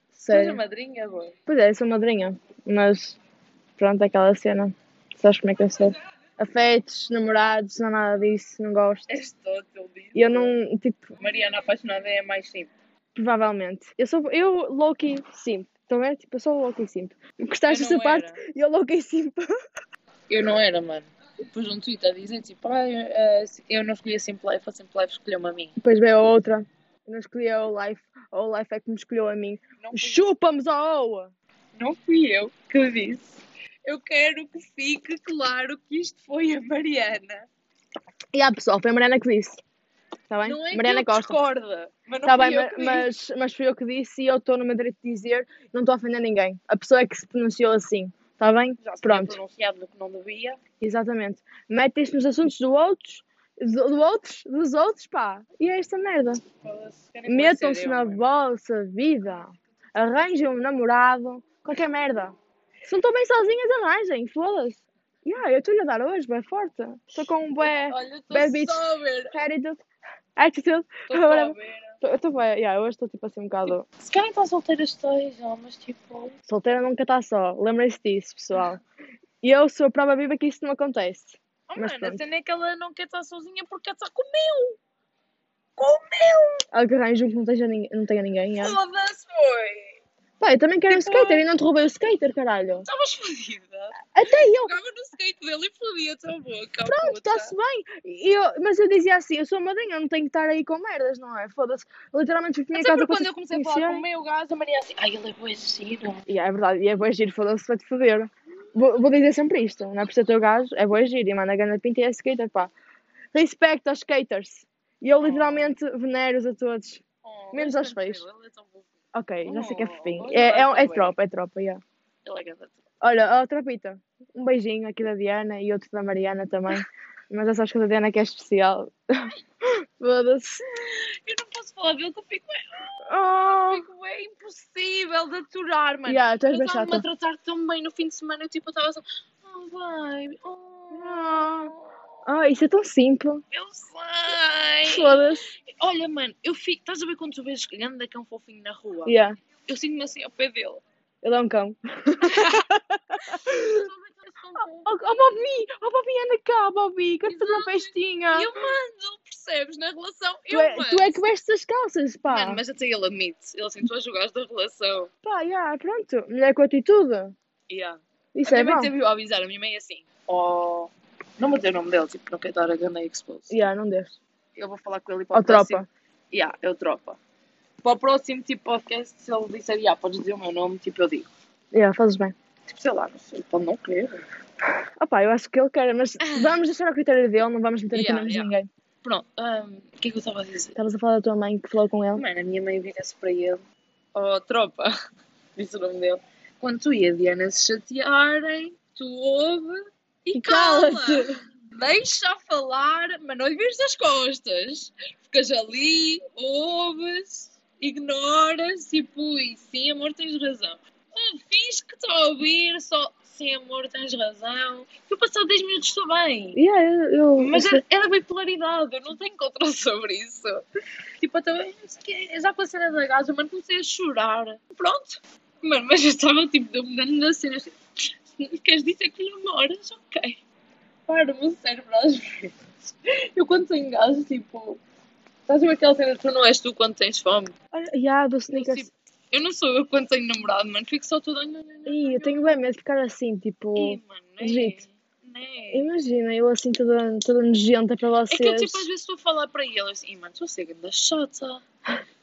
Speaker 2: Seja
Speaker 1: Sério.
Speaker 2: madrinha, boa.
Speaker 1: Pois é, sou madrinha, mas pronto, é aquela cena. Sabes como é que eu sou? Afetos, namorados, não há nada disso, não gosto.
Speaker 2: És todo, eu disse.
Speaker 1: E eu não, tipo,
Speaker 2: Mariana apaixonada é mais simples.
Speaker 1: provavelmente. Eu sou, eu louca e simp, estão a ver? Tipo, eu sou louca e simp. Gostaste
Speaker 2: Eu
Speaker 1: dessa
Speaker 2: não
Speaker 1: parte?
Speaker 2: era.
Speaker 1: Eu louca e simp. [laughs]
Speaker 2: Eu não era, mano. Pus um tweet a dizer tipo, ah, eu, eh, eu não escolhi a Simple Life, a Simple Life escolheu-me a mim.
Speaker 1: Depois veio a outra. Eu não escolhi a O Life, a O Life é que me escolheu a mim.
Speaker 2: Não
Speaker 1: Chupa-me a OA!
Speaker 2: Não fui eu que disse. Eu quero que fique claro que isto foi a Mariana.
Speaker 1: E ah, pessoal, foi a Mariana que disse. Está bem?
Speaker 2: Não é
Speaker 1: Mariana
Speaker 2: que eu
Speaker 1: Costa.
Speaker 2: discorda, mas não
Speaker 1: Tá
Speaker 2: fui
Speaker 1: bem,
Speaker 2: eu
Speaker 1: ma-
Speaker 2: que disse.
Speaker 1: mas, mas fui eu que disse e eu estou no meu direito de dizer, não estou a ofender ninguém. A pessoa é que se pronunciou assim, está bem?
Speaker 2: Já se tinha
Speaker 1: Pronto,
Speaker 2: pronunciado do que não devia.
Speaker 1: exatamente. Metem-se nos assuntos do outros, do, do outros, dos outros, pá. E é esta merda.
Speaker 2: Foda-se, querem
Speaker 1: Metam-se
Speaker 2: parecer
Speaker 1: na
Speaker 2: eu, mano.
Speaker 1: vossa vida. Arranjem um namorado, qualquer merda. Se não estão bem sozinhas, arranjem, foda-se. Yeah, eu estou-lhe a dar hoje, bem forte. Estou com um bué
Speaker 2: Olha,
Speaker 1: Bad
Speaker 2: estou
Speaker 1: bitch.
Speaker 2: sober.
Speaker 1: attitude, attitude.
Speaker 2: Estou
Speaker 1: Agora-
Speaker 2: sober.
Speaker 1: Tô- Eu estou bem, yeah, hoje estou tipo assim um bocado...
Speaker 2: Se querem estar solteiras, estejam, mas tipo.
Speaker 1: Solteira nunca está só, lembrem-se disso, pessoal. E eu sou a prova viva que isso não acontece.
Speaker 2: Oh,
Speaker 1: Mas
Speaker 2: mano, a
Speaker 1: pronto.
Speaker 2: cena é que ela não quer estar sozinha porque quer estar com o meu! Com o meu!
Speaker 1: Alguém que arranje um que não tenha, nin- não tenha ninguém, é?
Speaker 2: Foda-se, foi!
Speaker 1: Pá, eu também quero um
Speaker 2: Tipo-
Speaker 1: skater e não te roubei o skater, caralho.
Speaker 2: Estavas fodida!
Speaker 1: Até eu,
Speaker 2: Jogava no skate dele e fodia-te a boca!
Speaker 1: pronto, tá está-se bem. E Eu, mas eu dizia assim, eu sou madrinha, eu não tenho que estar aí com merdas, não é? Foda-se. Literalmente fui para minha
Speaker 2: Até
Speaker 1: casa
Speaker 2: porque quando eu comecei a falar com o
Speaker 1: E
Speaker 2: meu gajo, a Maria assim, ai, ele é boa giro.
Speaker 1: yeah, é verdade, e é boa giro, foda-se, vai-te foder. Vou, vou dizer sempre isto, não é por ser teu gajo, é boa giro, e manda a ganda pinta e é skater, pá. Respeito aos skaters. E eu literalmente venero-os a todos.
Speaker 2: Oh, mas
Speaker 1: Menos aos
Speaker 2: tranquilo,
Speaker 1: feios.
Speaker 2: Ele é tão bom.
Speaker 1: Ok, já sei que é
Speaker 2: Oh,
Speaker 1: fofinho.
Speaker 2: olha
Speaker 1: É, é,
Speaker 2: lá,
Speaker 1: um- é
Speaker 2: tá bem.
Speaker 1: tropa, é tropa, yeah.
Speaker 2: Ele é grande.
Speaker 1: Olha, ó, Tropita, um beijinho aqui da Diana e outro da
Speaker 2: [laughs]
Speaker 1: Mariana também. Mas já sabes que a da Diana que é especial. [laughs] Foda-se.
Speaker 2: Eu não posso falar dele que eu fico,
Speaker 1: Oh!
Speaker 2: fico é impossível de aturar, mano.
Speaker 1: Yeah, tu és
Speaker 2: Ele
Speaker 1: bem
Speaker 2: estava-me a
Speaker 1: chata.
Speaker 2: tratar tão bem no fim de semana, eu tipo, eu estava só, oh, baby, oh,
Speaker 1: Oh, isso é tão simples.
Speaker 2: eu sei.
Speaker 1: Foda-se.
Speaker 2: Olha, mano, eu fico, estás a ver quando tu vês grande que é um fofinho na rua?
Speaker 1: Yeah,
Speaker 2: Eu sinto-me assim ao pé
Speaker 1: [laughs]
Speaker 2: dele.
Speaker 1: ele é um cão.
Speaker 2: Eu sou bem tão fofinho.
Speaker 1: Oh, oh Bobby! Oh Bobby, anda cá, Bobby! Quero fazer uma
Speaker 2: Exato.
Speaker 1: festinha!
Speaker 2: E Eu mando, percebes? Na relação,
Speaker 1: Tu
Speaker 2: eu
Speaker 1: é,
Speaker 2: mando.
Speaker 1: tu é que vestes as calças, pá!
Speaker 2: Mano, mas até ele admite. Ele assim, tu a jogares da relação.
Speaker 1: Pá, yeah, pronto. Mulher com atitude.
Speaker 2: Yeah.
Speaker 1: Isso
Speaker 2: a
Speaker 1: é
Speaker 2: minha
Speaker 1: bom.
Speaker 2: mãe teve a avisar, a minha mãe é assim. Oh, não vou dizer o nome dele, tipo, não quero dar a gana expose.
Speaker 1: Yeah, não deixes.
Speaker 2: Eu vou falar com ele e para
Speaker 1: Ó,
Speaker 2: o próximo.
Speaker 1: tropa.
Speaker 2: Yeah, eu tropa. Para o próximo tipo podcast, se ele disser, yeah, podes dizer o meu nome, tipo, eu digo.
Speaker 1: Yeah, fazes bem.
Speaker 2: Tipo, sei lá, não sei, pode não querer.
Speaker 1: Opá, eu acho que ele
Speaker 2: [laughs]
Speaker 1: quer, mas vamos deixar ao critério dele, não vamos meter aqui
Speaker 2: Yeah,
Speaker 1: nomes de
Speaker 2: yeah.
Speaker 1: ninguém.
Speaker 2: Pronto, ahm, o que é que eu estava a dizer?
Speaker 1: Estavas a falar da tua mãe que falou com ele.
Speaker 2: Mano, a minha mãe vira-se para ele. Oh, tropa, [laughs] disse o nome dele. Quando tu e a Diana se chatearem, tu ouve e,
Speaker 1: E
Speaker 2: cala.
Speaker 1: cala-te.
Speaker 2: [laughs] Deixa falar, mas não lhe vires as costas. Ficas ali, ouves, ignoras, tipo, e sim, amor, tens razão. Não fiz que está a ouvir, só, sim, amor, tens razão. Eu passado 10 minutos estou bem.
Speaker 1: Yeah, eu, eu-
Speaker 2: Mas
Speaker 1: eu-
Speaker 2: era, era bipolaridade, eu não tenho controle sobre isso. Tipo, eu também, não sei o quê, já com a cena da gaja, mano, comecei a chorar. Pronto. Mano, mas eu estava tipo, deu-me dando na cena. assim, Queres dizer que namoras? Ok. Para o meu cérebro às vezes. Eu quando tenho gás, tipo. Estás a ver aquela cena de tu não és tu quando tens fome?
Speaker 1: Olha, yeah, do
Speaker 2: é- Eu,
Speaker 1: sneakers.
Speaker 2: tipo, eu não sou eu quando tenho namorado, mano. Fico só toda.
Speaker 1: Ih, eu tenho bem medo de ficar assim, tipo.
Speaker 2: Ih, mano, né?
Speaker 1: jeito.
Speaker 2: Né?
Speaker 1: Imagina, eu assim toda, toda nojenta para
Speaker 2: É que eu,
Speaker 1: vocês.
Speaker 2: tipo, às vezes estou a falar para ele assim, mano, estou a ser grande chata.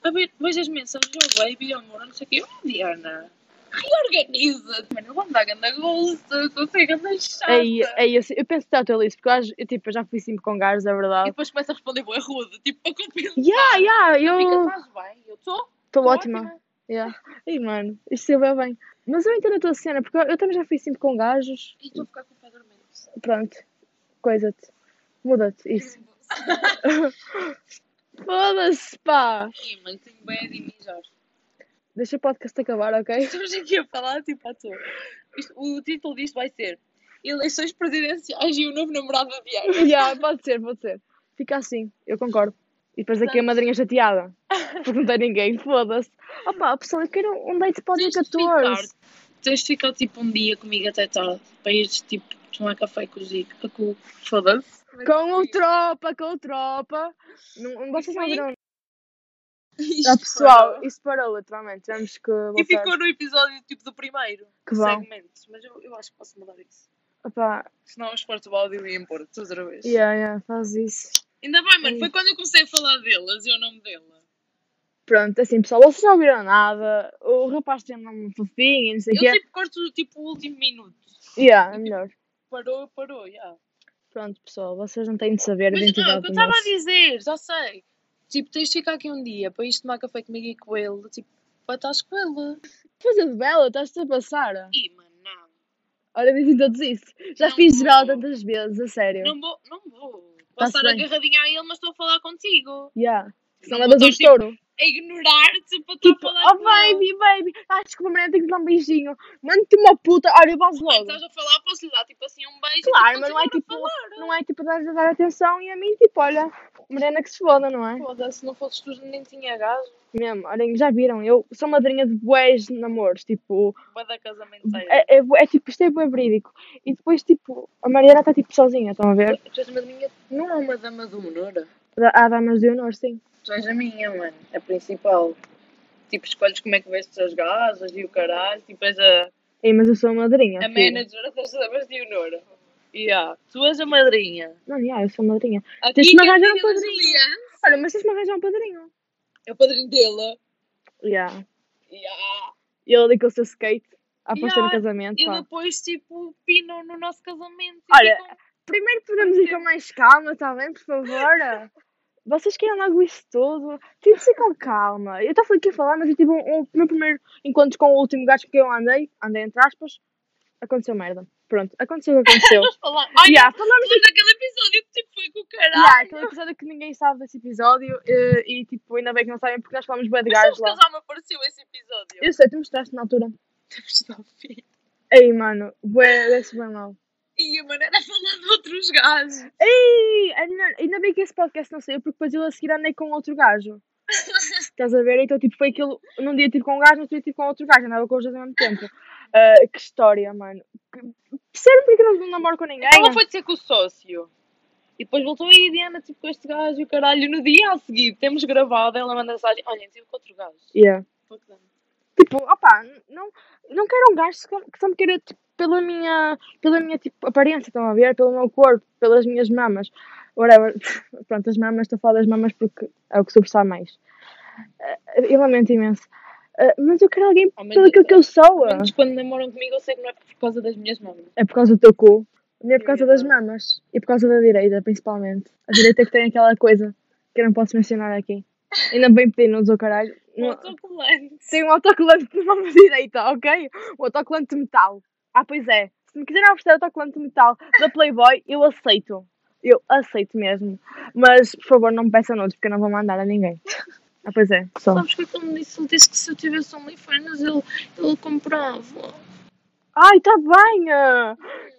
Speaker 2: A ver, vejo as mensagens, oh baby, amor, não sei o quê. Oh, Diana, reorganiza-te, mano, eu vou andar grande gosto, estou a ser grande chata.
Speaker 1: Aí, aí, assim, eu penso tanto nisso, porque eu, acho- eu, tipo, eu já fui sempre com gajos, é
Speaker 2: E
Speaker 1: verdade.
Speaker 2: depois começa a responder, boa rude, tipo, para compensar.
Speaker 1: Yeah, yeah,
Speaker 2: Fica,
Speaker 1: eu
Speaker 2: estás bem? Eu estou
Speaker 1: estou ótima. Yeah. Ei, mano, isto é bem bem. Mas eu entendo a tua cena, porque eu, eu também já fui sempre com gajos.
Speaker 2: E estou a ficar com o pé dormindo.
Speaker 1: Pronto, coisa-te. Muda-te, isso. Foda-se, pá!
Speaker 2: Ih, mano, tenho bem de mijar.
Speaker 1: Deixa o podcast acabar, ok? [laughs]
Speaker 2: Estamos aqui a falar, tipo, à toa. Isto- o título disto vai ser Eleições Presidenciais e o Novo Namorado da Diana.
Speaker 1: Yeah, pode ser, pode ser. Fica assim, eu concordo. E depois aqui a
Speaker 2: Exato.
Speaker 1: madrinha chateada. Porque não tem
Speaker 2: [laughs]
Speaker 1: ninguém, foda-se. Opa, pessoal, eu quero um date para o dia
Speaker 2: Tens de
Speaker 1: 14.
Speaker 2: ficar- Tens de ficar tipo um dia comigo até tarde para ires tipo tomar café com o Zico. Com o foda-se. [laughs]
Speaker 1: Com o tropa, com o tropa. Não, não vocês não
Speaker 2: Sim.
Speaker 1: viram.
Speaker 2: Isto Tá,
Speaker 1: Ah, pessoal,
Speaker 2: parou.
Speaker 1: isso parou, literalmente. Tivemos que
Speaker 2: E
Speaker 1: voltar.
Speaker 2: ficou no episódio tipo do primeiro
Speaker 1: Que bom.
Speaker 2: segmento. Mas eu, eu acho que posso mudar isso.
Speaker 1: Opa,
Speaker 2: Senão vamos pôr o áudio e impor outra vez.
Speaker 1: yeah, É yeah, faz isso.
Speaker 2: Ainda bem, mano, foi quando eu comecei a falar delas e o nome dela.
Speaker 1: Pronto, assim, pessoal, vocês não ouviram nada. O rapaz tem um nome fofinho e não sei o
Speaker 2: Eu
Speaker 1: quê.
Speaker 2: sempre corto tipo o último minuto.
Speaker 1: Yeah, é melhor.
Speaker 2: Parou, parou, já.
Speaker 1: Pronto, pessoal, vocês não têm de saber a
Speaker 2: Mas não, é o
Speaker 1: identidade
Speaker 2: que eu
Speaker 1: do
Speaker 2: estava a
Speaker 1: nosso.
Speaker 2: dizer, já sei. Tipo, tens de ficar aqui um dia para ires tomar café comigo e com ele. Tipo, para estás com ele.
Speaker 1: Fazer de bela, estás-te a passar.
Speaker 2: Ih, mano, não.
Speaker 1: Olha, dizem todos isso. Já
Speaker 2: Não
Speaker 1: fiz de
Speaker 2: vou.
Speaker 1: bela tantas vezes, a sério.
Speaker 2: Não vou, não vou.
Speaker 1: Tá-se
Speaker 2: Passar
Speaker 1: Tá bem.
Speaker 2: agarradinha a ele, mas estou a falar contigo.
Speaker 1: Yeah. Senão
Speaker 2: Não
Speaker 1: levas um
Speaker 2: vou estar,
Speaker 1: estouro.
Speaker 2: A ignorar-te para estar
Speaker 1: Tipo,
Speaker 2: a falar
Speaker 1: oh baby, baby, acho que amanhã tenho que dar um beijinho. Manda-te uma puta, olha, eu passo
Speaker 2: Quando
Speaker 1: logo.
Speaker 2: estás a falar, posso lhe dar tipo assim um beijo.
Speaker 1: Claro,
Speaker 2: e,
Speaker 1: mas não é
Speaker 2: continuar a né?
Speaker 1: tipo- Não é tipo dar, dar atenção e a mim, tipo, olha, morena que se foda, não é?
Speaker 2: falar. Foda-se, não fosses tu, nem tinha gajo.
Speaker 1: Mesmo, olhem, já viram, eu sou madrinha de boés namoros, tipo,
Speaker 2: Vai dar casamenteira.
Speaker 1: é, é, bué- é tipo, isto é bué verídico. E depois, tipo, a Mariana está tipo sozinha, estão a ver?
Speaker 2: Tu és uma minha. Não é uma dama do menor.
Speaker 1: Da- Há damas de honor, sim.
Speaker 2: Tu és a minha, mano. A principal. Tipo, escolhes como é que vestes as gajas e o caralho. Tipo, és
Speaker 1: É
Speaker 2: a,
Speaker 1: Ei, mas eu sou a madrinha.
Speaker 2: a
Speaker 1: filha.
Speaker 2: manager das damas de honor. Yeah. Tu és a madrinha.
Speaker 1: Não, já, eu sou a madrinha.
Speaker 2: Aqui
Speaker 1: Tens de me arranjar um
Speaker 2: quem cuida da
Speaker 1: padrinho.
Speaker 2: Juliana
Speaker 1: Olha, mas tens-me arranjar um padrinho.
Speaker 2: É o padrinho dela.
Speaker 1: Yeah.
Speaker 2: Yeah.
Speaker 1: E ele ali com o seu skate, a apostar no
Speaker 2: Yeah,
Speaker 1: casamento,
Speaker 2: E
Speaker 1: pá.
Speaker 2: depois, tipo, pinam no nosso casamento. e tipo,
Speaker 1: Olha,
Speaker 2: ficam-
Speaker 1: Primeiro podemos ir com mais calma, está bem, por favor? Vocês querem logo isso tudo? Tem de ser com calma. Eu estava aqui a falar, mas eu tive um, um- o meu primeiro encontro com o último gajo com quem eu andei, andei entre aspas, aconteceu merda. Pronto, aconteceu o que
Speaker 2: [laughs]
Speaker 1: aconteceu.
Speaker 2: Nós falamos. Ai,
Speaker 1: yeah, falamos
Speaker 2: mas aquele episódio que tipo, foi com o caralho.
Speaker 1: yeah, aquele episódio que ninguém sabe desse episódio eh, e tipo, ainda bem que não sabem porque nós falamos bem de
Speaker 2: Mas sabes
Speaker 1: gajos
Speaker 2: que
Speaker 1: lá.
Speaker 2: já me apareceu esse episódio.
Speaker 1: Eu sei, tu mostraste na altura.
Speaker 2: Eu filho.
Speaker 1: Ei, mano, bué, desce bem mal.
Speaker 2: E a mano era falar de outros
Speaker 1: [laughs]
Speaker 2: gajos.
Speaker 1: Ei, é melhor- ainda bem que esse podcast não saiu, porque depois eu a seguir andei com outro gajo. Estás a ver? Então, tipo, foi aquilo. Num dia tive com um gajo, no outro dia tive com outro gajo, andava com os dois ao mesmo tempo. Ah, que história, mano. Que... Percebem porque eu não namoro com ninguém?
Speaker 2: Ela foi dizer com o sócio. E depois voltou aí, Diana, tipo, com este gajo e o caralho. No dia a seguir, temos gravado, ela manda mensagem: Olhem, tive com outro gajo.
Speaker 1: Yeah.
Speaker 2: Foi que não.
Speaker 1: Tipo, opá, não, não quero um gajo que que só me queira tipo, pela minha, pela minha tipo, aparência, estão a ver? Pelo meu corpo, pelas minhas mamas. Whatever. [laughs] Pronto, as mamas, estou a falar das mamas porque é o que sobressai mais. Ah, eu lamento imenso. Ah, mas eu quero alguém
Speaker 2: Ao
Speaker 1: pelo
Speaker 2: menos-
Speaker 1: aquilo que eu sou. ah.
Speaker 2: ao menos quando namoram comigo, eu sei que não é por causa das minhas mamas.
Speaker 1: É por causa do teu cu. Nem é por causa das
Speaker 2: Sim.
Speaker 1: mamas. E por causa da direita, principalmente. A direita que tem aquela coisa que eu não posso mencionar aqui. Ainda bem pedi nudes ao caralho.
Speaker 2: Não
Speaker 1: Não-
Speaker 2: estou colando.
Speaker 1: Tem um autocolante na mama [laughs] direita, ok? Um autocolante de metal. Ah, pois é. Se me quiserem oferecer autocolante de metal da Playboy, eu aceito. Eu aceito mesmo. Mas, por favor, não me peçam nudes, porque eu não vou mandar a ninguém. Ah, pois é. Só.
Speaker 2: Sabes que ele me disse, ele disse que se eu tivesse OnlyFans ele, ele comprava.
Speaker 1: Ai, tá bem! ah.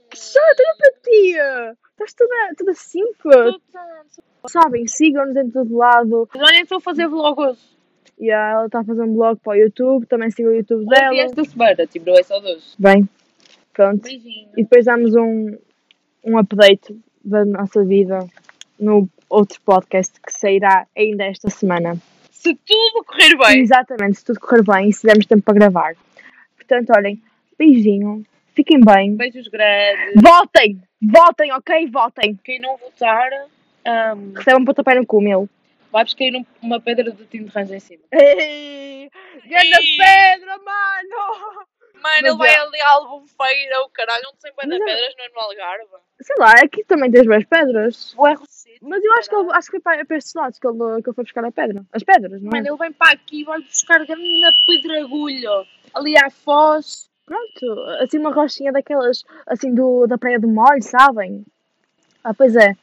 Speaker 1: Que chato, olha para ti! ah. Estás toda, toda simples. Sabem, sigam-nos em todo lado.
Speaker 2: Olha, estou a fazer vlog hoje.
Speaker 1: E ah, ela está fazendo blog para o YouTube, também sigam o YouTube
Speaker 2: Dela.
Speaker 1: dela.
Speaker 2: esta semana, tipo, não é só dois.
Speaker 1: Bem, pronto.
Speaker 2: Beijinho.
Speaker 1: E depois damos um, um update da nossa vida no outro podcast que sairá ainda esta semana.
Speaker 2: Se tudo correr bem.
Speaker 1: Exatamente, se tudo correr bem e se dermos tempo para gravar. Portanto, olhem, beijinho, fiquem bem.
Speaker 2: Beijos grandes.
Speaker 1: Votem! Votem, ok? Votem!
Speaker 2: Quem não votar, hum, ahm,
Speaker 1: Recebam um pontapé no cu, meu.
Speaker 2: vai-vos cair um- uma pedra do Tim de Ranja em cima.
Speaker 1: Ei! Ganda
Speaker 2: Ei!
Speaker 1: pedra, mano!
Speaker 2: Mano,
Speaker 1: ele vai
Speaker 2: ali à albufeira, o caralho, onde sem
Speaker 1: Mas é-
Speaker 2: pedras não é no Algarve.
Speaker 1: Sei lá, é aqui também tens boas pedras.
Speaker 2: O RC.
Speaker 1: Mas eu acho que, ele, acho que foi para, para estes lados que ele, que ele foi buscar a pedra. As pedras, não é?
Speaker 2: Mano, ele vem para aqui e vai buscar grande pedragulho. Ali à foz.
Speaker 1: Pronto, assim uma rochinha daquelas, assim, do, da Praia do Molho, sabem? Ah, pois é.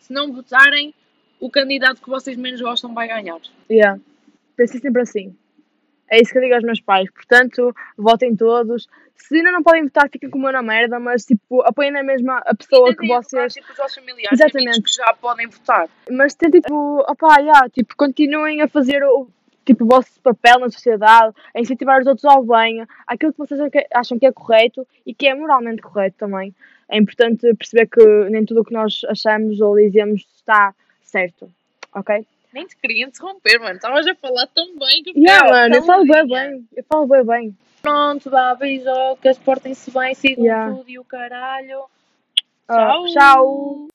Speaker 2: Se não votarem, o candidato que vocês menos gostam vai ganhar.
Speaker 1: Yeah. Pensei sempre assim. É isso que eu digo aos meus pais. Portanto, votem todos. Se ainda não podem votar, fiquem com o meu na merda, mas tipo, apoiem na mesma a pessoa que vocês.
Speaker 2: Tipo, os vossos familiares,
Speaker 1: Exatamente.
Speaker 2: amigos que já podem votar.
Speaker 1: Mas tentem tipo, opá, yeah, tipo, continuem a fazer o tipo, o vosso papel na sociedade, a incentivar os outros ao bem, aquilo que vocês acham que é correto e que é moralmente correto também. É importante perceber que nem tudo o que nós achamos ou dizemos está certo. Ok?
Speaker 2: Nem te queria interromper, mano. Estavas a falar tão bem que eu
Speaker 1: Yeah,
Speaker 2: ficava
Speaker 1: mano, eu
Speaker 2: tão
Speaker 1: falo bem,
Speaker 2: linda.
Speaker 1: bem. Eu falo bem, bem.
Speaker 2: Pronto, vá, beijocas, portem-se bem, sigam
Speaker 1: Yeah.
Speaker 2: tudo e o caralho.
Speaker 1: Ah,
Speaker 2: Tchau.
Speaker 1: tchau.